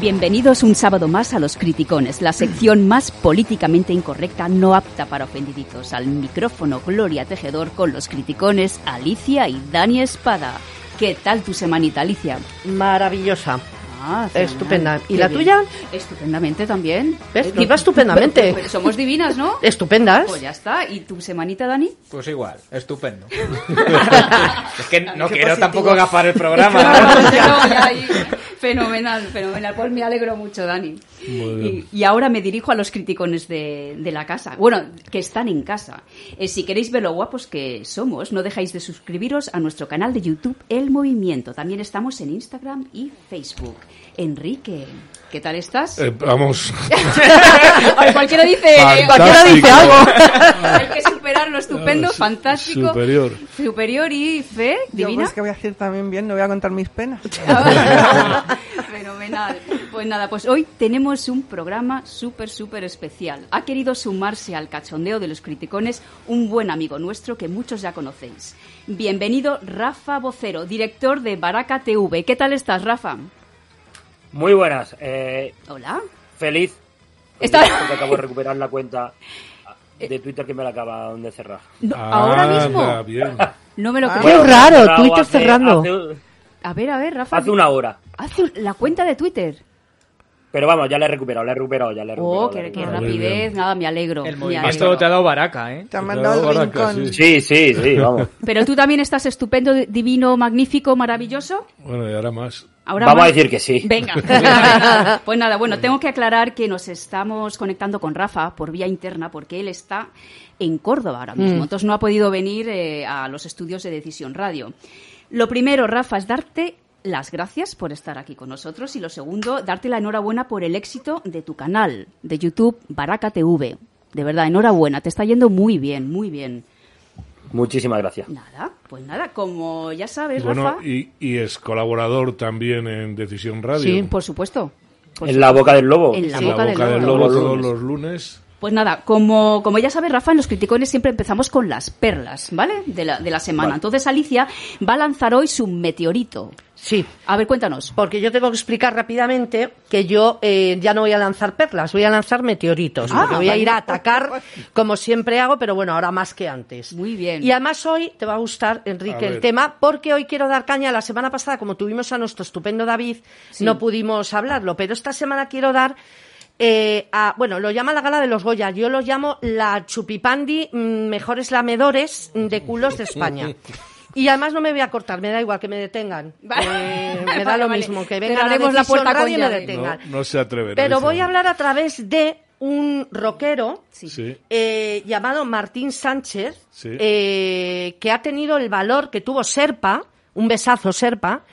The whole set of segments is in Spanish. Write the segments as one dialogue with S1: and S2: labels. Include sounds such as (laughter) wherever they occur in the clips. S1: Bienvenidos un sábado más a Los Criticones, la sección más políticamente incorrecta, no apta para ofendiditos. Al micrófono Gloria Tejedor con los criticones Alicia y Dani Espada. ¿Qué tal tu semanita, Alicia?
S2: Maravillosa.
S1: Ah, fenomenal.
S2: Estupenda. ¿Y
S1: Qué
S2: la
S1: bien.
S2: tuya?
S1: Estupendamente también.
S2: ¿Ves?
S1: Eh,
S2: Iba estupendamente.
S1: Pero somos divinas,
S2: (laughs)
S1: ¿no?
S2: Estupendas.
S1: Pues ya está. ¿Y tu semanita, Dani?
S3: Pues igual,
S4: (laughs)
S3: estupendo. es que no
S5: qué
S3: quiero
S5: positivo.
S3: tampoco agafar el programa.
S1: Claro,
S3: ¿no?
S1: no, ya ahí. Fenomenal, fenomenal. Pues me alegro mucho, Dani. Y, y ahora me dirijo a los criticones de, de la casa. Bueno, que están en casa. Eh, si queréis ver lo guapos que somos, no dejáis de suscribiros a nuestro canal de YouTube El Movimiento. También estamos en Instagram y Facebook. Enrique, ¿qué tal estás?
S5: Eh, vamos,
S1: (laughs) Ay, cualquiera dice... (laughs)
S2: Eh,
S5: Fantástico.
S2: Cualquiera dice algo.
S1: Hay que superar lo estupendo,
S5: Ah, su-
S1: fantástico.
S5: superior.
S1: Superior y fe,
S5: Yo,
S1: divina.
S5: pues, que voy a hacer también bien, no voy a contar mis penas.
S1: Fenomenal. Pues nada, pues hoy tenemos un programa súper, súper especial. Ha querido sumarse al cachondeo de los criticones un buen amigo nuestro que muchos ya conocéis. Bienvenido Rafa Vocero, director de Baraca TV. ¿Qué tal estás, Rafa?
S6: Muy buenas. eh,
S1: Hola.
S6: feliz.
S1: Está-
S6: Feliz porque acabo de recuperar la cuenta
S1: (laughs)
S6: de Twitter que me la acaban de cerrar.
S1: No, ahora
S5: Ah, Anda,
S1: mismo.
S5: bien.
S1: No me lo
S5: Ah.
S1: creo.
S2: Qué raro,
S6: Cerrado
S2: Twitter
S6: hace-
S2: cerrando.
S6: Hace,
S1: A ver, a ver, Rafa.
S6: hace una hora.
S1: Hace la cuenta de Twitter.
S6: Pero vamos, ya la he recuperado, la he recuperado, ya la he recuperado.
S1: Oh,
S6: la he
S1: qué, qué
S6: recuperado.
S5: Muy bien.
S1: rapidez. Nada, me alegro.
S3: El
S1: me
S3: movimiento
S1: alegro.
S3: te ha dado baraca, ¿eh?
S5: Te
S3: dado
S5: han mandado al
S3: baraca,
S5: rincón. sí.
S6: Sí, sí, sí, vamos.
S1: Pero tú también estás estupendo, divino, magnífico, maravilloso.
S5: Bueno, y ahora más.
S1: Ahora
S6: Vamos
S1: más-
S6: a decir que sí. (laughs)
S1: Venga. Pues nada, (laughs) pues nada, bueno, tengo que aclarar que nos estamos conectando con Rafa por vía interna porque él está en Córdoba ahora mismo. Entonces no ha podido venir eh, a los estudios de Decisión Radio. Lo primero, Rafa, es darte las gracias por estar aquí con nosotros y lo segundo, darte la enhorabuena por el éxito de tu canal de YouTube Baraca TV. De verdad, enhorabuena, te está yendo muy bien, muy bien.
S6: Muchísimas gracias.
S1: Nada, pues nada, como ya sabes,
S5: Bueno,
S1: Rafa.
S5: y, y es colaborador también en Decisión Radio.
S1: Sí,
S2: pues,
S1: por supuesto. por
S6: En la boca del lobo.
S1: Pues En la
S5: En
S1: boca del
S5: del
S1: lobo.
S5: lobo todos
S6: Lunes.
S5: los lunes.
S1: Pues nada, como, como ya sabes, Rafa, en los criticones siempre empezamos con las perlas, ¿vale? De la, de la semana.
S6: Vale.
S1: Entonces Alicia va a lanzar hoy su meteorito.
S2: Sí.
S1: A ver, cuéntanos.
S2: Porque yo tengo que explicar rápidamente que yo eh, ya no voy a lanzar perlas, voy a lanzar meteoritos.
S1: Ah,
S2: porque voy a
S1: vale.
S2: ir a atacar como siempre hago, pero bueno, ahora más que antes.
S1: Muy bien.
S2: Y además hoy te va a gustar,
S5: A
S2: Enrique,
S5: ver.
S2: el tema, porque hoy quiero dar caña. La semana pasada, como tuvimos a nuestro estupendo David,
S1: Sí.
S2: no pudimos hablarlo, pero esta semana quiero dar. eh, a, bueno, lo llama la gala de los Goya, yo lo llamo la chupipandi mm, mejores lamedores de culos de
S5: (laughs)
S2: España. Y además no me voy a cortar, me da igual que me detengan.
S1: Vale.
S2: Eh,
S1: (laughs)
S2: me da
S1: Vale,
S2: lo
S1: vale.
S2: mismo, que
S1: Pero
S2: vengan a
S1: haremos la
S2: Decisión
S1: puerta con
S2: Radio y me
S1: llave.
S5: No,
S2: detengan.
S5: no se atreverá.
S2: Pero
S5: dice.
S2: voy a hablar a través de un rockero
S1: Sí.
S5: Sí.
S2: eh, llamado Martín Sánchez,
S5: Sí.
S2: eh, que ha tenido el valor que tuvo Serpa, un besazo Serpa,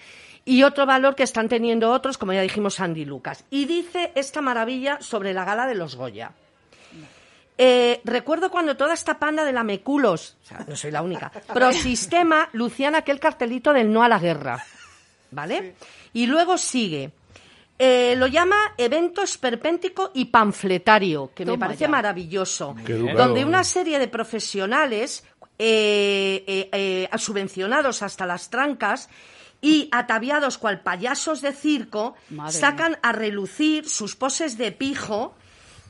S2: y otro valor que están teniendo otros, como ya dijimos, Andy Lucas. Y dice esta maravilla sobre la gala de los Goya. Eh, recuerdo cuando toda esta panda de lameculos, o sea, no soy la única, prosistema lucían aquel cartelito del no a la guerra. ¿Vale? Y luego sigue. Eh, lo llama evento esperpéntico y panfletario, que
S1: Toma
S2: me parece
S1: ya.
S2: maravilloso.
S5: Qué educado,
S2: Donde
S5: ¿no?
S2: una serie de profesionales eh, eh, eh, subvencionados hasta las trancas y ataviados cual payasos de circo
S1: Madre
S2: sacan a relucir sus poses de pijo.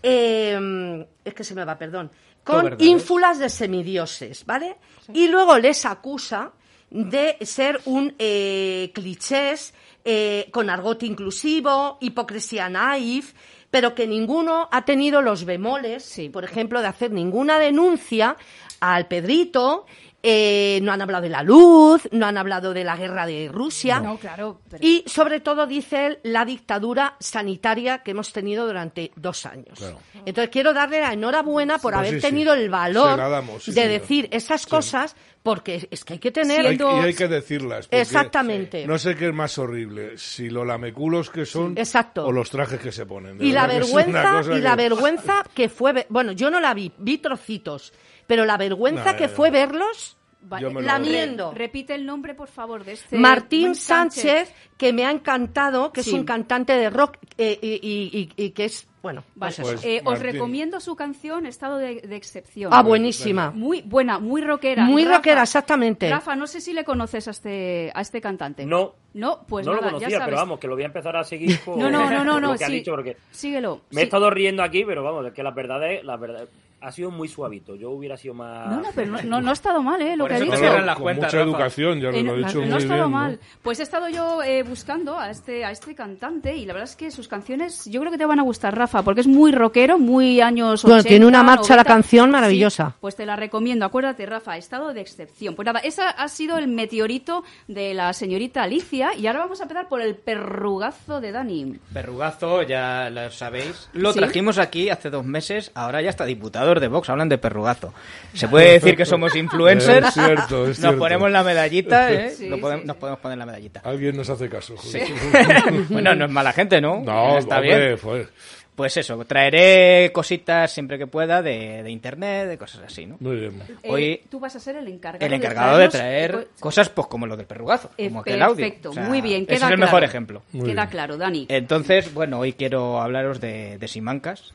S2: eh, es que se me va, perdón.
S3: Todo
S2: Con
S3: verdad, ¿eh?
S2: ínfulas de semidioses, ¿vale? Y luego les acusa de ser un eh, clichés eh, con argot inclusivo, hipocresía naif, pero que ninguno ha tenido los bemoles,
S1: Sí.
S2: por ejemplo, de hacer ninguna denuncia al Pedrito. eh, no han hablado de la luz, no han hablado de la guerra de Rusia.
S1: No, claro. pero-
S2: Y sobre todo, dice él, la dictadura sanitaria que hemos tenido durante dos años.
S5: Claro.
S2: Entonces, quiero darle la enhorabuena por
S5: Pues
S2: haber
S5: sí, sí.
S2: tenido el valor
S5: Se la damos, sí,
S2: de
S5: señor.
S2: decir estas cosas, porque es que hay que tener.
S5: Hay- y hay que decirlas. porque
S2: Exactamente.
S5: No sé qué es más horrible, si los lameculos que son
S2: Sí. Exacto.
S5: o los trajes que se ponen. De
S2: y la
S5: verdad que (laughs) es una
S2: vergüenza
S5: cosa
S2: y la
S5: que-
S2: vergüenza que fue ve- bueno yo no la vi vi trocitos pero la vergüenza
S5: No,
S2: que
S5: no, no.
S2: fue verlos
S1: Va-
S5: Yo me lo-
S2: lamiendo
S1: Repite el nombre, por favor, de este...
S2: Martín
S1: Sánchez.
S2: Sánchez, que me ha encantado, que
S1: Sí.
S2: es un cantante de rock eh, y, y- y- y que es, bueno,
S1: Vale.
S2: pues eso.
S5: Pues,
S1: Eh, os
S5: Martín.
S1: recomiendo su canción Estado de, de
S5: Pues,
S1: Excepción.
S2: ah, buenísima.
S1: Muy buena, muy rockera.
S2: Muy
S1: Rafa,
S2: rockera, exactamente.
S1: Rafa, no sé si le conoces a este, a este cantante.
S6: No.
S1: No, pues
S6: no
S1: nada,
S6: lo
S1: ya
S6: conocía,
S1: sabes.
S6: pero vamos, que lo voy a empezar a seguir
S1: (laughs)
S6: por,
S1: No, no, no, no,
S6: por
S1: no,
S6: lo que ha
S1: sí.
S6: dicho, porque
S1: Síguelo.
S6: me
S1: sí.
S6: he estado riendo aquí, pero vamos, es que la verdad es, la verdad, ha sido muy suavito. Yo hubiera sido más...
S1: No, no, pero no, no, no ha estado mal, ¿eh? Lo
S6: Por
S1: que ha
S6: eso
S1: dicho.
S6: te cierran las
S5: con
S6: cuentas,
S5: mucha
S6: Rafa.
S5: educación, ya
S1: Eh,
S5: lo ha dicho
S1: no
S5: muy
S1: ha estado
S5: bien, ¿no?
S1: mal. Pues he estado yo eh, buscando a este, a este cantante y la verdad es que sus canciones yo creo que te van a gustar, Rafa, porque es muy rockero, muy años
S2: Bueno,
S1: 80,
S2: tiene una marcha
S1: 90.
S2: la canción maravillosa.
S1: Sí, pues te la recomiendo. Acuérdate, Rafa, estado de excepción. Pues nada, ese ha sido el meteorito de la señorita Alicia y ahora vamos a empezar por el perrugazo de Dani.
S4: Perrugazo, ya lo sabéis. Lo
S1: Sí.
S4: trajimos aquí hace dos meses, ahora ya hasta diputados de Vox hablan de perrugazo. Se puede decir que somos influencers.
S5: Es cierto, es
S4: Nos
S5: cierto.
S4: ponemos la medallita, ¿eh?
S1: Sí,
S4: Lo
S1: sí,
S4: podemos-
S1: sí.
S4: Nos podemos poner la medallita.
S5: Alguien nos hace caso. joder.
S4: (laughs)
S5: (laughs)
S4: bueno, no es mala gente, ¿no?
S5: No,
S4: Está
S5: hombre,
S4: bien.
S5: joder.
S4: Pues eso, traeré cositas siempre que pueda de, de internet, de cosas así, ¿no?
S5: Muy bien.
S1: Eh,
S4: Hoy-
S1: tú vas a ser el encargado.
S4: El encargado de
S1: traernos-
S4: traer cosas pues como lo del perrugazo, como
S1: Eh,
S4: aquel audio.
S1: Perfecto,
S4: O sea,
S1: muy bien.
S4: Ese
S1: Queda
S4: es el
S1: claro.
S4: mejor ejemplo. Eh,
S5: Muy
S1: queda
S5: bien.
S1: claro, Dani.
S4: Entonces, bueno, hoy quiero hablaros de, de Simancas.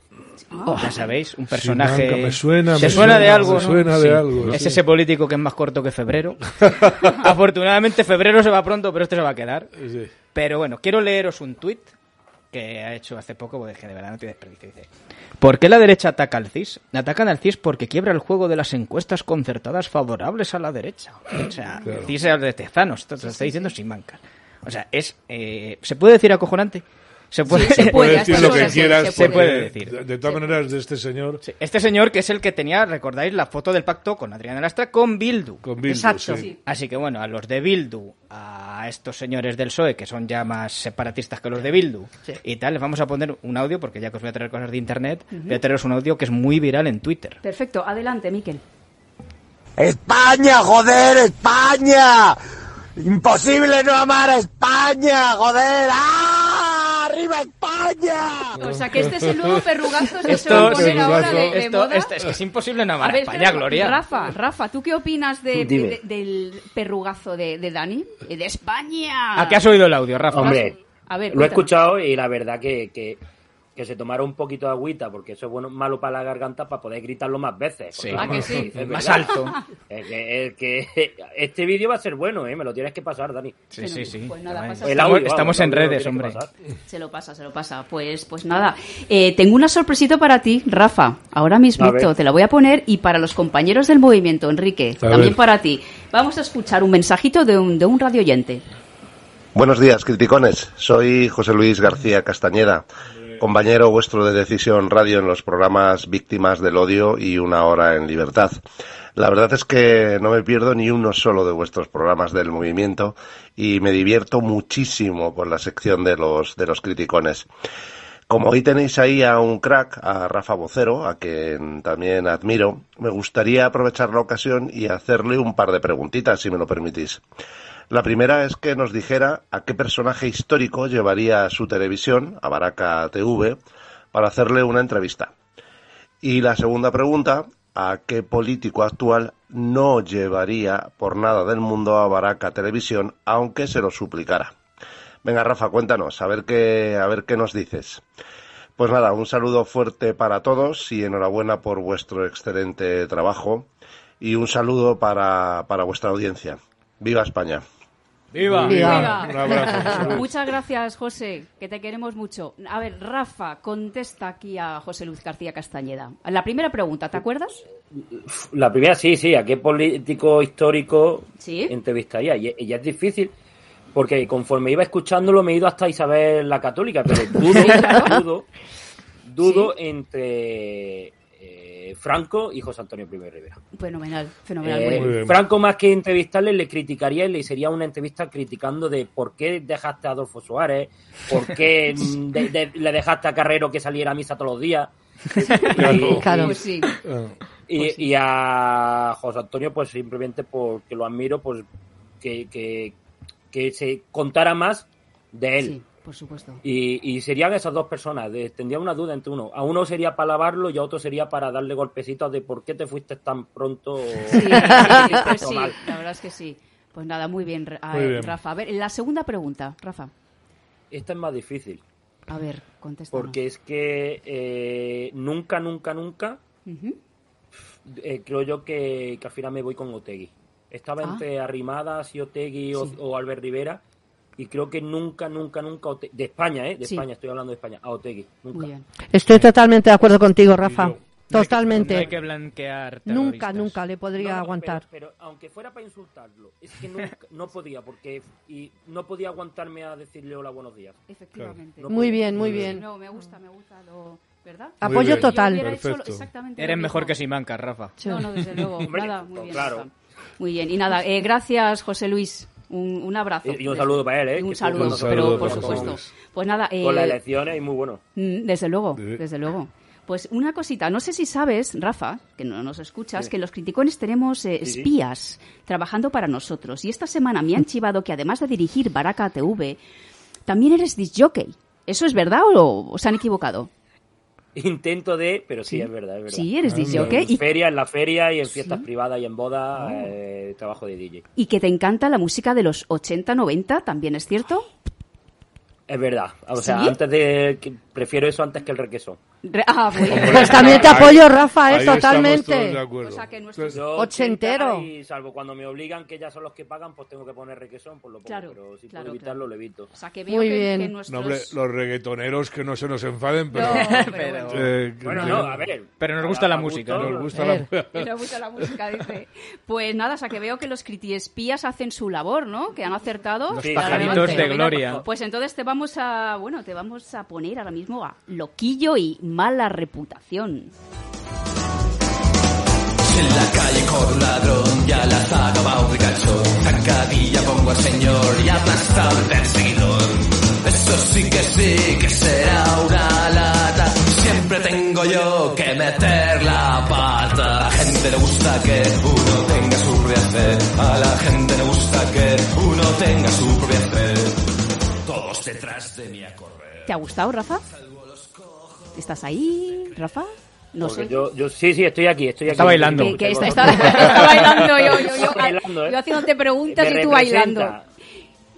S1: Ah,
S4: Ya sabéis, un personaje.
S5: Simancas, me suena,
S4: ¿Te suena,
S5: me suena,
S4: de algo?
S5: me
S4: no?
S5: suena de algo,
S4: Es
S5: sí.
S4: ese político que es más corto que
S5: (laughs)
S4: febrero. Afortunadamente, febrero se va pronto, pero este se va a quedar.
S5: Sí.
S4: Pero bueno, quiero leeros un tuit que ha hecho hace poco, porque dije, de verdad no tiene desperdicio. Dice, ¿por qué la derecha ataca al CIS? Atacan al CIS porque quiebra el juego de las encuestas concertadas favorables a la derecha. O sea,
S5: Claro.
S4: el CIS es de Tezanos, esto te lo estoy diciendo sin mancas. O sea, es... eh, ¿Se puede decir acojonante? Se puede,
S1: Sí, se puede,
S5: Puedes
S1: a estas
S5: decir lo que
S1: horas se-
S5: quieras.
S1: se
S4: puede
S5: porque
S4: decir.
S5: De, de todas maneras, de este señor.
S4: Sí, Este señor que es el que tenía, recordáis, la foto del pacto con Adriana Lastra con Bildu.
S5: Con Bildu,
S2: Exacto.
S5: sí.
S4: Así que bueno, a los de Bildu, a estos señores del PSOE, E, que son ya más separatistas que los de Bildu,
S2: Sí.
S4: y tal, les vamos a poner un audio, porque ya que os voy a traer cosas de internet, voy a traeros un audio que es muy viral en Twitter.
S1: Perfecto, adelante, Miquel.
S7: España, joder, España. Imposible no amar a España, joder. ¡Ah! ¡Arriba España!
S1: O sea, que este es el
S6: (laughs)
S1: nuevo perrugazo que se va a
S4: Esto,
S1: poner ahora de, de
S4: esto-
S1: moda.
S4: esto- es que es imposible no amar a, España,
S1: espera,
S4: Gloria.
S1: Rafa, Rafa, ¿tú qué opinas de,
S6: Dime.
S1: de- del perrugazo de, de Dani? Eh, ¡De España!
S4: ¿A qué has oído el audio, Rafa?
S6: Hombre,
S1: A ver,
S6: lo
S1: cuéntanos.
S6: he escuchado y la verdad que, que, que se tomara un poquito de agüita, porque eso es bueno, malo para la garganta para poder gritarlo más veces.
S4: Sí.
S6: Porque,
S1: ¿A que
S6: vamos,
S1: sí?
S4: (laughs)
S6: es
S4: Más
S6: verdad.
S4: alto.
S6: Es que, es que- (laughs) este vídeo va a ser bueno, ¿eh? me lo tienes que pasar, Dani.
S4: Sí, sí, sí.
S1: Pues nada,
S4: Además,
S1: pasa-
S6: El
S4: estamos
S6: audio, vamos,
S4: estamos
S6: el
S4: en
S6: audio lo
S4: redes,
S6: tienes que
S4: hombre.
S6: pasar.
S1: Se lo pasa, se lo pasa. Pues, pues nada. Eh, tengo una sorpresita para ti, Rafa. Ahora mismo
S6: A ver.
S1: te la voy a poner y para los compañeros del movimiento, Enrique, también
S5: ver.
S1: para ti. Vamos a escuchar un mensajito de un, de un radio oyente.
S8: Buenos días, criticones. Soy José Luis García Castañeda, compañero vuestro de Decisión Radio en los programas Víctimas del Odio y Una Hora en Libertad. La verdad es que no me pierdo ni uno solo de vuestros programas del movimiento y me divierto muchísimo por la sección de los, de los criticones. Como hoy tenéis ahí a un crack, a Rafa Vocero, a quien también admiro, me gustaría aprovechar la ocasión y hacerle un par de preguntitas, si me lo permitís. La primera es que nos dijera a qué personaje histórico llevaría su televisión, a Baraca TV, para hacerle una entrevista. Y la segunda pregunta, a qué político actual no llevaría por nada del mundo a Baraca Televisión, aunque se lo suplicara. Venga, Rafa, cuéntanos, a ver qué, a ver qué nos dices. Pues nada, un saludo fuerte para todos y enhorabuena por vuestro excelente trabajo. Y un saludo para, para vuestra audiencia. ¡Viva España!
S4: ¡Viva!
S2: Viva.
S5: Un abrazo.
S1: Muchas gracias, José, que te queremos mucho. A ver, Rafa, contesta aquí a José Luz García Castañeda. La primera pregunta, ¿te acuerdas?
S6: La primera, sí, sí, ¿a qué político histórico
S1: Sí.
S6: entrevistaría? Y, y es difícil, porque conforme iba escuchándolo me he ido hasta Isabel la
S1: (laughs)
S6: Católica, pero dudo, dudo, dudo entre eh, Franco y José Antonio I Rivera.
S1: Fenomenal, fenomenal.
S6: Eh,
S1: bueno.
S5: Muy bien.
S6: Franco, más que entrevistarle, le criticaría y le sería una entrevista criticando de por qué dejaste a Adolfo Suárez, por qué mm, de- de- le dejaste a Carrero que saliera a misa todos los días. Y-
S2: Claro.
S1: Pues sí.
S5: Ah,
S6: y, y a José Antonio, pues simplemente porque lo admiro, pues que, que, que se contara más de él.
S1: Sí, por
S6: (laughs)
S1: supuesto.
S6: Y, y serían esas dos personas. de- tendría una duda entre uno. A uno sería para lavarlo y a otro sería para darle golpecitos de por qué te fuiste tan pronto. o-
S1: Sí, sí, pues sí,
S6: o mal.
S1: la verdad es que sí. Pues nada, muy bien, Ra-
S5: Muy
S1: eh,
S5: bien.
S1: Rafa. A ver, la segunda pregunta, Rafa.
S6: Esta es más difícil,
S1: A ver, contesta.
S6: porque es que eh, nunca, nunca, nunca eh, creo yo que, que al final me voy con Otegui. Estaba
S1: Ah.
S6: entre Arrimadas y Otegui o,
S1: Sí.
S6: o Albert Rivera y creo que nunca, nunca, nunca Ote- de España, ¿eh? De
S1: Sí.
S6: España, estoy hablando de España, a Otegui, nunca.
S1: Muy bien.
S2: Estoy totalmente de acuerdo contigo, Rafa.
S5: Y yo.
S4: No hay que-
S2: totalmente.
S4: no hay que blanquear
S2: nunca,
S4: terroristas.
S2: nunca le podría
S6: No, no,
S2: aguantar.
S6: Pero, pero aunque fuera para insultarlo, es
S1: (laughs)
S6: que nunca- no podía, porque y no podía aguantarme a decirle hola, buenos días.
S1: Efectivamente.
S6: No
S2: muy
S6: podía.
S2: bien, muy bien.
S1: No, me gusta, me gusta lo- ¿Verdad?
S2: Apoyo
S5: bien.
S2: total.
S1: Yo hubiera hecho lo-
S5: Perfecto.
S1: exactamente
S4: Eres
S1: lo
S4: mejor
S1: mismo.
S4: que Simancas, Rafa.
S1: No, no,
S6: (laughs)
S1: desde luego.
S6: Hombre,
S1: nada, muy bien.
S6: claro.
S1: Rafa. Muy bien. Y nada, eh, gracias, José Luis. Un, un abrazo.
S6: Y- y un saludo para él, ¿eh?
S1: Y
S6: Que
S1: un
S6: estuvo
S1: saludo,
S6: con
S5: nosotros
S1: pero
S5: con-
S1: por
S5: con-
S1: supuesto. Pues nada, eh,
S6: Con las elecciones y muy bueno.
S1: mm, desde luego,
S5: Sí.
S1: desde luego. Pues una cosita, no sé si sabes, Rafa, que no nos escuchas, que los criticones tenemos eh,
S6: Sí, sí.
S1: espías trabajando para nosotros. Y esta semana me han chivado que además de dirigir Baraka TV, también eres disc jockey. ¿Eso es verdad o, o se han equivocado?
S6: Intento de, pero sí, es verdad, es verdad.
S1: Sí,
S4: Ah,
S1: eres disc
S6: En
S1: jockey. Y Ah.
S6: feria, en la feria y en fiestas privadas y en bodas, eh, trabajo de DJ.
S1: Y que te encanta la música de los 80, 90, también es cierto.
S6: Es verdad. O sea,
S1: ¿Sí?
S6: antes de. que- Prefiero eso antes que el requesón.
S1: Re- ah, muy bien.
S2: Pues también te
S5: Ahí-
S2: apoyo, Rafa, ¿eh?
S5: ahí estamos todos de
S2: totalmente.
S5: acuerdo.
S1: O sea, que
S4: Pues,
S1: nuestros-
S5: Entonces,
S6: Yo,
S2: Ochentero.
S6: Y salvo cuando me obligan, que ya son los que pagan, pues tengo que poner requesón, por lo poco.
S1: Claro,
S6: pero si
S1: claro,
S6: puedo evitarlo, lo evito.
S1: O sea, que veo
S2: Muy
S1: que,
S2: bien.
S1: que
S5: no, hombre,
S1: (laughs) nuestros...
S5: los reggaetoneros que no se nos enfaden, pero...
S1: No, pero
S5: (laughs)
S4: Pero-
S1: bueno.
S5: eh, que-
S6: Bueno,
S5: que-
S6: no, a ver.
S4: Pero nos
S6: a-
S4: gusta la
S6: a
S4: música,
S6: gusto,
S5: Nos gusta
S2: Eh.
S5: la...
S1: Pero gusta la música, dice. Pues nada, o sea, que veo que los critiespías hacen su labor, ¿no? Que han acertado.
S6: Sí,
S4: pajaritos de gloria.
S1: Pues entonces te vamos a, bueno, te vamos a poner ahora mismo a loquillo y mala reputación.
S9: En la calle con ladrón ya la zaga va un ricacho Zancadilla pongo al señor y aplasta al perseguidor Eso sí que sí que será una lata Siempre tengo yo que meter la pata A la gente le gusta que uno tenga su propia fe A la gente le gusta que uno tenga su propia fe Todos detrás de mí a correr
S1: ¿Te ha gustado, Rafa? ¿Estás ahí, Rafa? No
S6: Porque
S1: sé.
S6: yo, yo, sí, sí, estoy aquí, estoy aquí.
S4: Está bailando.
S1: Que, que está,
S6: Estoy
S1: está- (laughs) está bailando yo, yo, yo,
S6: Está bailando, ¿eh?
S1: yo haciéndote preguntas
S6: Me
S1: y tú
S6: representa.
S1: bailando.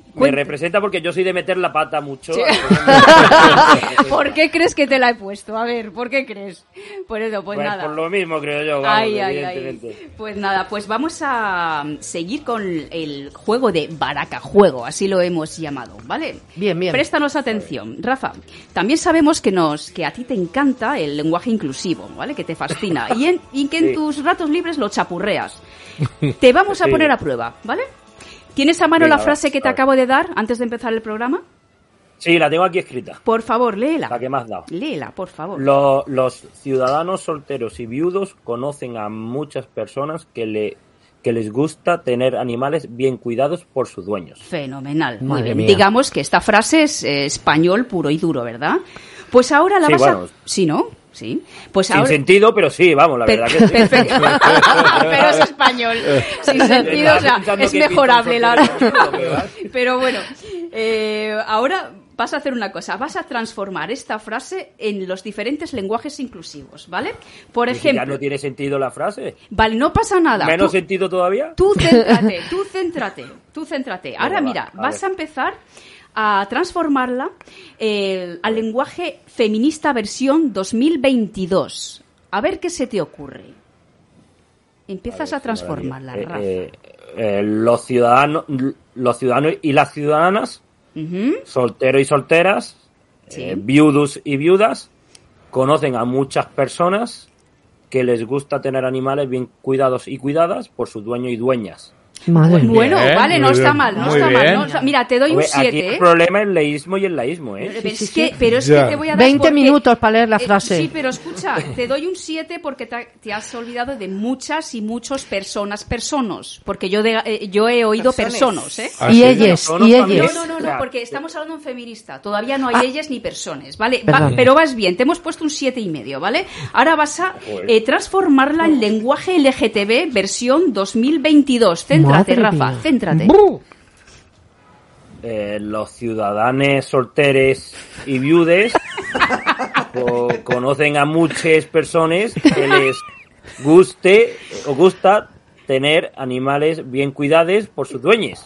S6: Me
S1: Cuenta.
S6: representa porque yo soy de meter la pata mucho. pues,
S1: Sí. (laughs)
S6: Entonces,
S1: ¿Por qué crees que te la he puesto? A ver, ¿por qué crees? Por eso, pues,
S6: pues,
S1: nada.
S6: por lo mismo, creo yo. vamos,
S1: Ay, ay,
S6: evidentemente.
S1: ay. Pues nada, pues vamos a seguir con el juego de baraca juego, así lo hemos llamado, ¿vale?
S2: Bien, bien.
S1: Préstanos atención, Rafa. También sabemos que nos, que a ti te encanta el lenguaje inclusivo, ¿vale? Que te
S6: (laughs)
S1: fascina y, en- y que en
S6: Sí.
S1: tus ratos libres lo chapurreas. Te vamos a
S6: Sí.
S1: poner a prueba, ¿vale? ¿Tienes a mano la
S6: Venga, va,
S1: frase que te
S6: a ver.
S1: acabo de dar antes de empezar el programa?
S6: Sí, la tengo aquí escrita.
S1: Por favor, léela.
S6: La que más da.
S1: Léela, por favor.
S6: Lo- los ciudadanos solteros y viudos conocen a muchas personas que, le, que les gusta tener animales bien cuidados por sus dueños.
S1: Fenomenal, muy
S2: Madre
S1: bien.
S2: mía.
S1: Digamos que esta frase es eh, español puro y duro, ¿verdad? Pues ahora la
S6: Sí,
S1: vas
S6: bueno.
S1: a... Sí, ¿no? Sí. Pues
S6: Sin
S1: ahora...
S6: sentido, pero sí, vamos, la
S1: Per- (laughs)
S6: verdad que sí. (laughs)
S1: Perfecto. Pero es español. Sin sentido, o
S6: Estaba
S1: sea,
S6: pensando
S1: es
S6: que he visto
S1: mejorable,
S6: un
S1: la
S6: sorteo de otro,
S1: verdad.
S6: ¿verdad?
S1: (laughs) Pero bueno, eh, ahora vas a hacer una cosa. Vas a transformar esta frase en los diferentes lenguajes inclusivos, ¿vale? Por
S6: Y si ya
S1: ejemplo...
S6: no tiene sentido la frase.
S1: Vale, no pasa nada.
S6: ¿Menos
S1: Tú-
S6: sentido todavía?
S1: Tú céntrate, tú céntrate, tú céntrate. Ahora
S6: va,
S1: mira,
S6: a
S1: vas
S6: ver.
S1: a empezar a transformarla eh, al lenguaje feminista versión 2022. A ver qué se te ocurre. Empiezas a, transformarla,
S6: Eh,
S1: Rafa.
S6: eh, eh, los ciudadanos los ciudadanos y las ciudadanas
S1: Ujú,
S6: solteros y solteras
S1: Sí.
S6: eh, viudos y viudas conocen a muchas personas que les gusta tener animales bien cuidados y cuidadas por sus dueños y dueñas
S2: Madre mía.
S1: Bueno,
S5: bien,
S1: vale, no
S5: muy
S1: está
S5: bien,
S1: mal, no
S5: muy
S1: está mal.
S5: bien.
S1: no, o sea, mira, te doy un ¿eh?
S6: Hombre, aquí
S1: 7.
S6: el problema es el leísmo y el laísmo ¿eh?
S1: Pero, es que, pero es que
S5: Ya.
S1: te voy a dar
S2: 20
S1: porque-
S2: minutos para leer la
S1: Eh,
S2: frase.
S1: sí, pero escucha, te doy un 7 porque te, ha- te has olvidado de muchas y muchos personas, personas. Porque yo, de- eh, yo he oído personas, ¿eh?
S5: Ah,
S2: Y
S5: sí.
S2: ellas,
S6: Bueno,
S2: y
S6: no, no,
S1: No,
S2: ellas.
S1: no, no,
S6: O
S1: no,
S6: sea,
S1: porque estamos hablando en feminista. Todavía no hay ellas ni personas, ¿vale? Va-
S2: Ah. Perdón.
S1: pero vas bien, te hemos puesto un siete y medio, ¿vale? Ahora vas a
S6: Joder.
S1: eh, transformarla en lenguaje LGTB versión 2022. Céntrate,
S2: Madre
S1: Rafa,
S2: mía.
S1: céntrate.
S6: Eh, los ciudadanos solteres y viudes pues, co- conocen a muchas personas que les guste o gusta tener animales bien cuidados por sus dueños.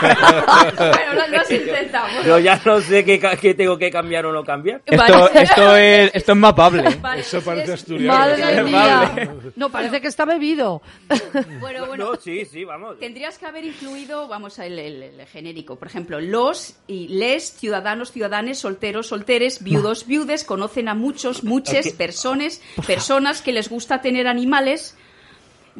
S1: bueno, lo, lo has intentado. bueno.
S6: Yo ya no sé qué, ca- qué tengo que cambiar o no cambiar.
S4: Esto,
S1: Vale.
S4: esto, es, esto es mapable.
S1: (laughs) Vale,
S5: Eso
S1: sí,
S5: parece
S1: es-
S5: asturiano.
S2: Madre mía.
S1: No,
S2: Parece que está bebido.
S1: Bueno, bueno.
S6: No, sí, sí, vamos.
S1: Tendrías que haber incluido, vamos, el, el- el genérico, por ejemplo, los y les, ciudadanos, ciudadanes, solteros, solteres, viudos, viudes, conocen a muchos, muchas personas,
S6: Ah.
S1: personas que les gusta tener animales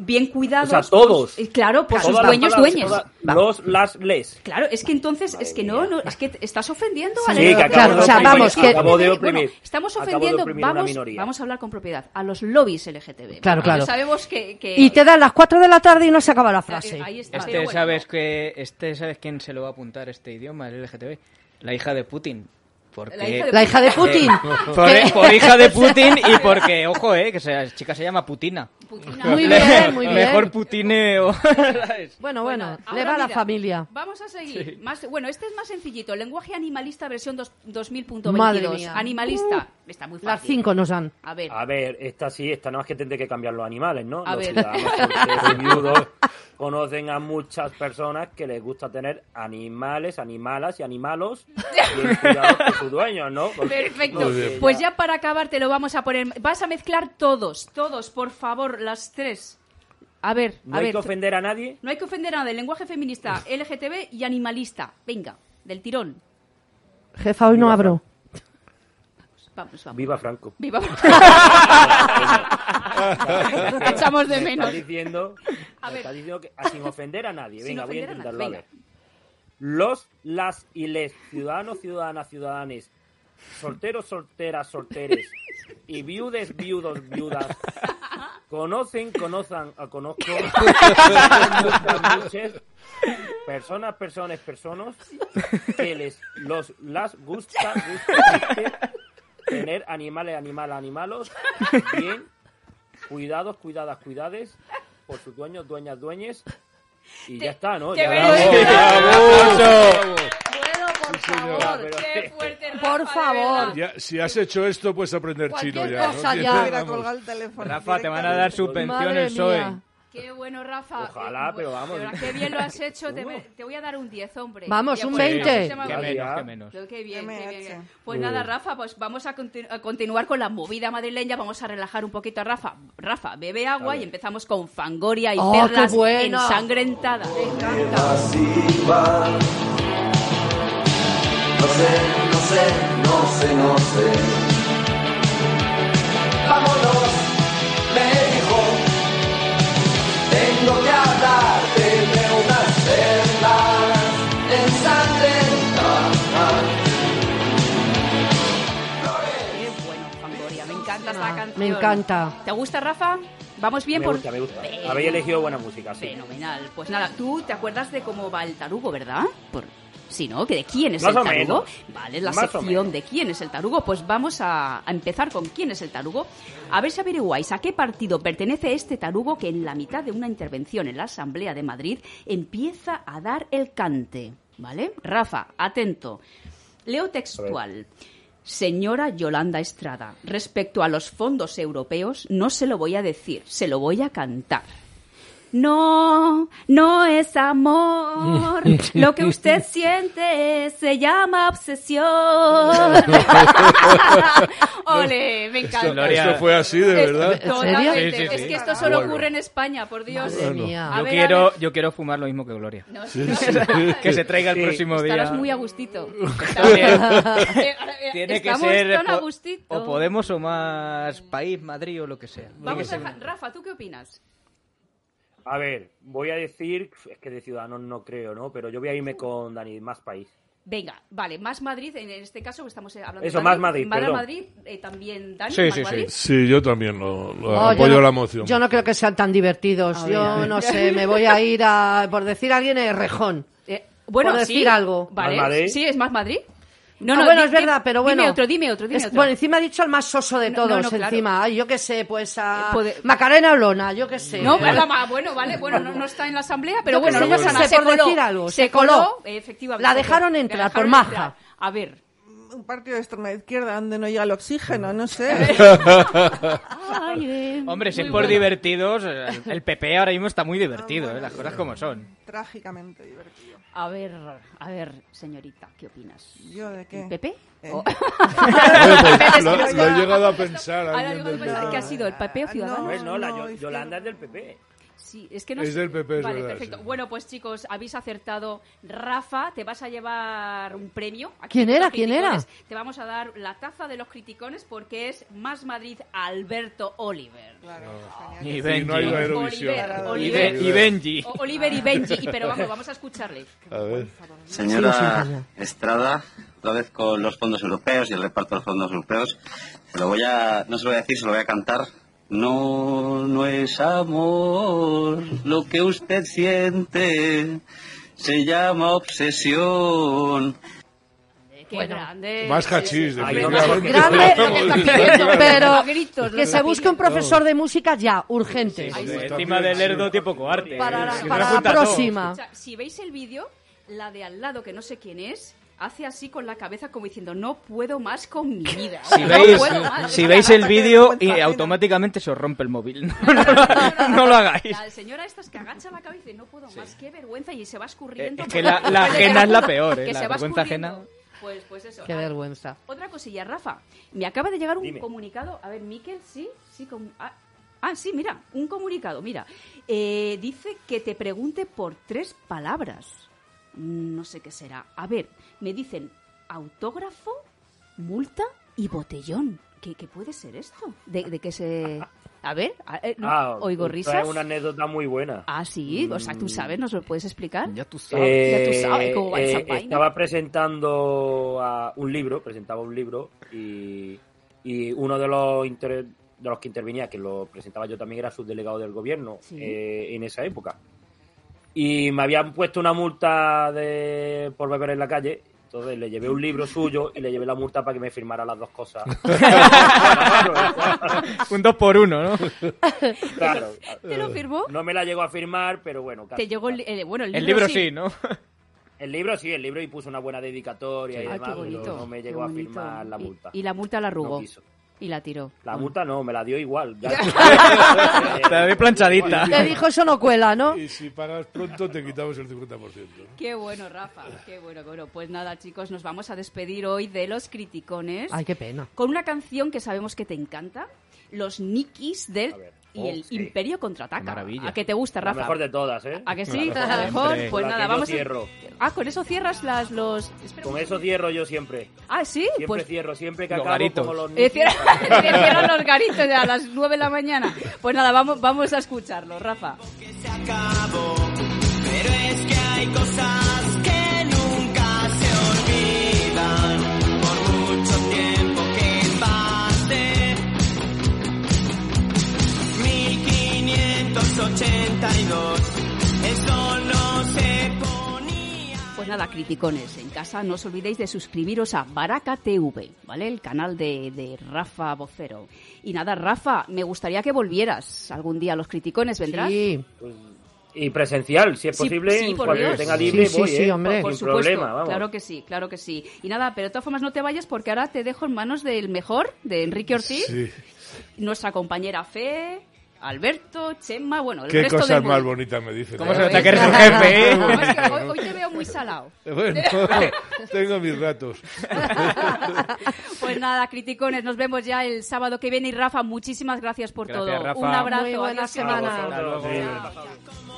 S1: bien cuidados.
S6: O sea, todos.
S1: Pues, eh, claro, por sus
S6: Todas las
S1: dueños,
S6: palabras,
S1: dueños.
S6: todas- los, las, les.
S1: Claro, es que entonces, es que no, no, es que te- estás ofendiendo a
S6: Sí, que acabo
S2: Claro, de o sea, oprimir, vamos, que-
S6: acabo de
S1: Bueno,
S6: oprimir.
S1: estamos
S6: Acabo de
S1: ofendiendo,
S6: oprimir una
S1: vamos,
S6: minoría.
S1: vamos a hablar con propiedad, a los lobbies LGTB.
S2: Claro, claro.
S1: Sabemos que... que-
S2: Y te Ah, dan las 4 de la tarde y no se acaba la frase.
S1: Ahí está. Pero
S4: Este,
S1: bueno,
S4: ¿sabes que, este, ¿sabes quién se lo va a apuntar este idioma, el LGTB? La hija de Putin. Porque...
S1: La hija de-
S2: La hija de
S4: (laughs)
S2: Putin.
S1: (laughs)
S4: Por, por hija de Putin y porque, ojo, eh, que esa chica se llama Putina.
S1: Putin,
S2: Muy
S1: ahora-
S2: bien, muy bien.
S4: Mejor
S1: (laughs)
S4: Putineo.
S2: Bueno, bueno,
S1: ahora
S2: le va a la
S1: mira,
S2: familia.
S1: Vamos a seguir. Más, bueno, este es más sencillito. Lenguaje animalista versión dos-
S2: Madre
S1: 2000.22.
S2: mía. Uh.
S1: Animalista. Está muy fácil.
S2: Las 5 nos dan.
S1: A ver.
S6: A ver, esta sí, esta no es que tendré que cambiar los animales, ¿no?
S1: A
S6: los
S1: ver. (laughs)
S6: ciudadanos solteros y viudos conocen a muchas personas que les gusta tener animales, animalas
S1: (laughs)
S6: y animalos bien cuidados por sus dueños, ¿no? Porque-
S1: Perfecto.
S5: Muy bien.
S1: Pues ya para acabar te lo vamos a poner. Vas a mezclar todos, todos, por favor, las tres. A ver,
S6: No
S1: a
S6: hay
S1: ver.
S6: que ofender a nadie.
S1: No hay que ofender a nadie. Lenguaje
S6: (laughs)
S1: feminista, LGTB y animalista. Venga, del tirón.
S2: Jefa, hoy no abro.
S1: Vamos, vamos.
S6: Viva Franco. (laughs)
S1: Viva. (laughs) Te echamos de
S6: Me
S1: menos.
S6: Estás diciendo,
S1: A
S6: me
S1: ver.
S6: estás diciendo que, ah, sin ofender a nadie.
S1: Sin
S6: Venga, voy a
S1: ofender a
S6: intentarlo.
S1: nadie,
S6: a ver. Los, las y les, ciudadanos, ciudadanas, ciudadanes, solteros, solteras, solteres y viudes, viudos, viudas. Conocen, conozcan, a conozco. muchas, muchas, personas, personas, personas que les los las gusta, gusta, guste tener animales, animales, animalos bien cuidados, cuidadas, cuidades por sus dueños, dueñas, dueñes y ya está, ¿no?
S1: te
S6: Ya
S1: veo-
S6: está.
S1: Bueno, por favor,
S6: señora.
S1: qué fuerte. Rafa,
S2: Por
S1: de
S2: favor.
S1: verdad.
S5: Ya, si has hecho esto, puedes aprender chino
S2: Cualquier
S5: ya. ¿no?
S2: cosa
S5: Tienes-
S2: ya.
S5: vamos.
S2: Mira,
S10: el teléfono.
S4: Rafa, te van a dar subvención
S2: Madre
S4: el PSOE.
S2: mía.
S1: Qué bueno, Rafa.
S6: Ojalá,
S1: Qué-
S6: pero vamos.
S1: de verdad, Qué bien lo has hecho. Te, te voy a dar un 10, hombre.
S2: Vamos,
S1: Ya
S2: un
S1: por el
S2: 20.
S1: sistema
S4: Que
S6: Qué
S1: bancario.
S4: menos, que
S6: barbaridad.
S4: menos.
S1: Qué bien, qué bien,
S10: MH.
S1: qué bien. Pues nada, Rafa, pues vamos a, continu- a continuar con la movida madrileña. Vamos a relajar un poquito a Rafa. Rafa, bebe agua y empezamos con Fangoria y
S2: Oh, qué
S1: Perlas
S2: bueno.
S1: ensangrentadas.
S9: pasiva. No sé, no sé, no sé, no sé. Vámonos, me dijo. Tengo que hablarte de unas perlas ensangrentadas.
S1: Qué bueno, Fangoria. Me encanta esta canción.
S2: Ah, Me encanta.
S1: ¿Te gusta, Rafa? ¿Vamos bien
S6: Me
S1: por...?
S6: gusta, me gusta.
S1: Ven.
S6: Habéis elegido buena música, sí.
S1: Fenomenal. Pues nada, tú te acuerdas de cómo va el tarugo, ¿verdad? Por... Si no, que de quién es
S6: Más
S1: el
S6: o
S1: tarugo.
S6: menos.
S1: Vale, es la
S6: Más o
S1: sección
S6: menos.
S1: de quién es el tarugo. Pues vamos a, a empezar con quién es el tarugo. A ver si averiguáis a qué partido pertenece este tarugo que en la mitad de una intervención en la Asamblea de Madrid empieza a dar el cante. ¿Vale? Rafa, atento. Leo textual. Señora Yolanda Estrada, respecto a los fondos europeos, no se lo voy a decir, se lo voy a cantar. No, no es amor. Lo que usted siente se llama obsesión. Ole, me
S5: Esto,
S1: encanta.
S4: Gloria.
S5: esto fue así, de verdad.
S1: Totalmente.
S4: ¿En serio? Sí, sí,
S1: Es
S4: sí.
S1: que esto solo ocurre en España, por Dios.
S2: Madre mía.
S1: A
S4: Yo
S1: ver, a
S4: quiero,
S1: ver.
S4: yo quiero fumar lo mismo
S1: (laughs)
S4: que Gloria.
S1: No,
S4: que se traiga el
S6: Sí.
S4: próximo día.
S1: Estarás muy a gustito. (laughs)
S4: Tiene que
S1: Estamos
S4: ser
S1: tan a
S4: po-
S1: gustito.
S4: o Podemos o más País, Madrid o lo que sea.
S1: Vamos a dejar- Rafa, ¿tú qué opinas?
S6: A ver, voy a decir, es que de Ciudadanos no creo, ¿no? Pero yo voy a irme con Dani, más país.
S1: Venga, vale, más Madrid, en este caso estamos hablando
S6: Eso,
S1: de
S6: más
S1: Madrid.
S6: Madrid, perdón.
S1: Madrid, eh, también Dani,
S4: Sí,
S1: más
S4: sí, sí.
S1: Madrid.
S5: Sí, yo también lo, lo
S2: Oh,
S5: Pues apoyo
S2: yo no-
S5: la moción.
S2: Yo no creo que sean tan
S1: Ah,
S2: divertidos. Yo no sé, me voy a ir a, por decir a alguien, eh, Rejón.
S1: Eh, bueno,
S2: Por
S1: sí.
S2: decir algo.
S1: Vale.
S6: ¿Más Madrid?
S1: Sí, es más Madrid.
S2: No, Ah, bueno,
S1: di-
S2: es verdad,
S1: di-
S2: pero bueno.
S1: Dime otro, dime otro, dime
S2: Es-
S1: otro.
S2: Bueno, encima ha dicho el más soso de
S1: No,
S2: todos,
S1: no, no, claro.
S2: encima. Ay, yo qué sé, pues a...
S1: Eh, puede-
S2: Macarena Olona, yo qué sé.
S1: no, pero la ma- bueno, vale, bueno, no, no está en la asamblea, pero
S2: Yo qué
S1: bueno,
S2: sé,
S1: no
S2: yo
S1: pasa
S2: qué
S1: nada.
S2: sé,
S1: Se
S2: por
S1: coló,
S2: decir algo,
S1: se
S2: se
S1: coló,
S2: coló.
S1: eh, efectivamente.
S2: La
S1: se
S2: dejaron
S1: coló.
S2: entrar,
S1: La
S2: por
S1: dejaron
S2: maja.
S1: entrar. A ver,
S10: Un partido de extrema izquierda donde no llega el oxígeno, no sé.
S2: eh,
S1: aire.
S4: Hombre, si
S1: Muy
S4: es por
S1: bueno.
S4: divertidos, eh, el PP ahora mismo está muy divertido, eh, las cosas como son.
S10: Trágicamente divertido.
S1: A ver, a ver, señorita, ¿qué opinas?
S10: ¿Yo de qué?
S1: ¿El PP?
S10: Eh.
S1: O- (laughs)
S5: lo, pues, lo he llegado a pensar.
S1: Ahora
S5: alguien
S1: digo,
S5: del
S1: pues,
S5: PP.
S1: ¿qué ha sido? ¿El
S5: Ah,
S1: PP o
S10: No,
S1: Ciudadanos?
S6: Pues no, la Yo-
S10: No, es
S6: Yolanda
S10: que-
S6: es del PP.
S1: Sí, es que no
S5: Es del PP, es
S1: Vale,
S5: verdad,
S1: perfecto.
S5: sí.
S1: Bueno, pues chicos, habéis acertado. Rafa, te vas a llevar un premio. Aquí
S2: ¿Quién
S1: en
S2: era?
S1: los
S2: ¿Quién
S1: Criticones. Te vamos a dar la taza de los criticones porque es Más Madrid Alberto Oliver.
S10: Claro, genial.
S4: Y
S5: Y no ha ido a
S4: Benji.
S5: Eurovisión.
S1: Oliver,
S4: Y,
S1: Oliver.
S4: Be- y Benji.
S1: O- Oliver y Benji, y- pero vamos, vamos a escucharle.
S5: A ver.
S2: Sigo
S9: Señora
S2: sin callar.
S9: Estrada, otra vez con los fondos europeos y el reparto de los fondos europeos, se lo voy a, no se lo voy a decir, se lo voy a cantar. No, no es amor lo que usted siente, se llama obsesión.
S1: Qué grande.
S5: Más hachís,
S6: Ahí
S5: definitivamente.
S6: no,
S2: Grande,
S1: Lo que está pidiendo, a gritos,
S2: pero
S1: lo
S2: que se
S1: está
S2: busque un profesor de música ya, urgente.
S1: Ahí
S5: sí.
S4: Encima del Erdo tiempo coarte.
S2: Para
S4: Si
S2: la,
S4: no
S2: para la
S4: juntas dos.
S2: próxima.
S1: O sea, si veis el vídeo, la de al lado, que no sé quién es, hace así con la cabeza como diciendo, no puedo más con mi vida.
S4: Si
S1: No
S4: veis,
S5: (laughs)
S1: puedo más.
S4: si
S1: Es
S4: veis
S1: una
S4: el
S1: lata
S4: vídeo y
S10: ajena.
S4: automáticamente se os rompe el móvil. (laughs) No, no, no, no lo
S2: (laughs)
S4: hagáis.
S1: La señora esta es que agacha la cabeza y no puedo más, qué vergüenza, y se va escurriendo.
S4: Eh, es que la- la ajena es la peor, eh,
S1: Que
S4: la
S1: se va
S4: vergüenza
S1: escurriendo.
S4: ajena.
S1: Pues, pues eso.
S2: Qué
S1: Ah,
S2: vergüenza.
S1: Otra cosilla, Rafa. Me acaba de llegar un
S6: Dime.
S1: comunicado. A ver, Miquel, sí, sí. com- ah, ah, sí, mira, un comunicado, mira. Eh, dice que te pregunte por tres palabras. No sé qué será. A ver, me dicen autógrafo, multa y botellón. ¿Qué, qué puede ser esto? ¿De, de qué se...? A ver, a- eh, no,
S6: Ah,
S1: oigo
S6: pues
S1: risas.
S6: trae una anécdota muy buena. Mm.
S1: Ah, sí, o sea, tú sabes, ¿nos lo puedes explicar?
S4: Mm. Ya tú sabes.
S6: Eh,
S1: ya tú sabes cómo va
S6: eh,
S1: esa vaina.
S6: Estaba presentando a un libro, presentaba un libro y, y uno de los, inter- de los que intervenía, que lo presentaba yo también, era subdelegado del gobierno
S1: Sí.
S6: eh, en esa época. Y me habían puesto una multa de, por beber en la calle. Entonces le llevé un libro suyo y le llevé la multa para que me firmara las
S1: (laughs)
S6: dos cosas. (laughs)
S4: Un dos por uno, ¿no?
S6: Claro,
S1: ¿Te lo firmó?
S6: eh, No me la llegó a firmar, pero bueno. casi.
S1: Te llegó el, el- bueno, el libro, Ah,
S4: El libro sí, ¿no?
S6: El libro sí, el libro y puso una buena dedicatoria y
S1: Ah,
S6: demás,
S1: qué bonito.
S6: pero no me
S1: qué
S6: llegó a
S1: bonito.
S6: firmar la
S1: Y-
S6: multa.
S1: Y, la multa la arrugó.
S6: No quiso.
S1: y la tiró.
S6: La
S1: Bueno.
S6: multa no, me la dio igual.
S1: (laughs)
S6: Ya.
S4: Te la doy planchadita.
S2: Te dijo eso no cuela, ¿no?
S5: Y si pagas pronto, te quitamos el 50%.
S1: Qué bueno, Rafa. Qué bueno, bueno. Pues nada, chicos, nos vamos a despedir hoy de los criticones
S2: Ay, qué pena.
S1: con una canción que sabemos que te encanta, los Nikis del y el Imperio contraataca.
S4: maravilla.
S1: ¿A qué te gusta,
S6: (laughs) La
S1: Rafa?
S6: Oh, mejor de todas, ¿eh?
S1: ¿A que sí?
S4: Claro.
S1: La mejor. (laughs)
S4: Siempre.
S1: Pues
S6: Con la
S1: nada,
S6: que yo
S1: vamos. a-
S6: cierro.
S1: Ah, con eso cierras las los. Espera un
S6: Con eso cierro yo siempre.
S1: Ah, sí.
S6: Siempre
S1: pues
S6: cierro, siempre que
S4: Los
S6: acabo
S4: garitos.
S6: como los
S1: Eh,
S6: niños.
S1: cierra-
S6: (laughs)
S1: te cierran (laughs) los garitos ya a las 9 de la mañana. Pues nada, vamos, vamos a escucharlo, Rafa.
S9: Pero es que hay cosas que nunca se olvidan por mucho tiempo que pase. 1582, eso no se ponía.
S1: Pues nada, criticones, en casa no os olvidéis de suscribiros a Baraca TV, ¿vale? El canal de, de Rafa Vocero. Y nada, Rafa, me gustaría que volvieras algún día a los criticones, ¿vendrás?
S2: Sí.
S6: Y presencial, si es
S1: Sí,
S6: posible,
S1: sí, por
S6: cuando
S1: Dios.
S6: tenga libre
S2: Sí, sí,
S6: voy,
S2: sí,
S6: ¿eh?
S2: hombre.
S6: Sin problema, vamos.
S1: claro que sí, claro que sí. Y nada, pero de todas formas no te vayas porque ahora te dejo en manos del mejor, de Enrique Ortiz,
S5: Sí.
S1: nuestra compañera Fe, Alberto, Chema, bueno, el
S5: Qué
S1: resto
S5: cosas
S1: del
S5: más
S1: mundo.
S5: bonitas me dicen.
S4: ¿Cómo se
S5: ¿eh?
S2: (laughs)
S4: nota
S5: (laughs)
S4: que eres un jefe, eh?
S1: Además que hoy- hoy te veo muy salado. (laughs)
S5: Bueno,
S4: (laughs)
S5: tengo mis ratos.
S1: Pues nada, criticones, nos vemos ya el sábado que viene y Rafa, muchísimas gracias por
S4: Gracias,
S1: todo.
S4: Rafa.
S1: Un abrazo,
S2: Muy buena
S1: adiós,
S2: semana.
S1: chao.
S6: Hasta luego.
S1: Chao.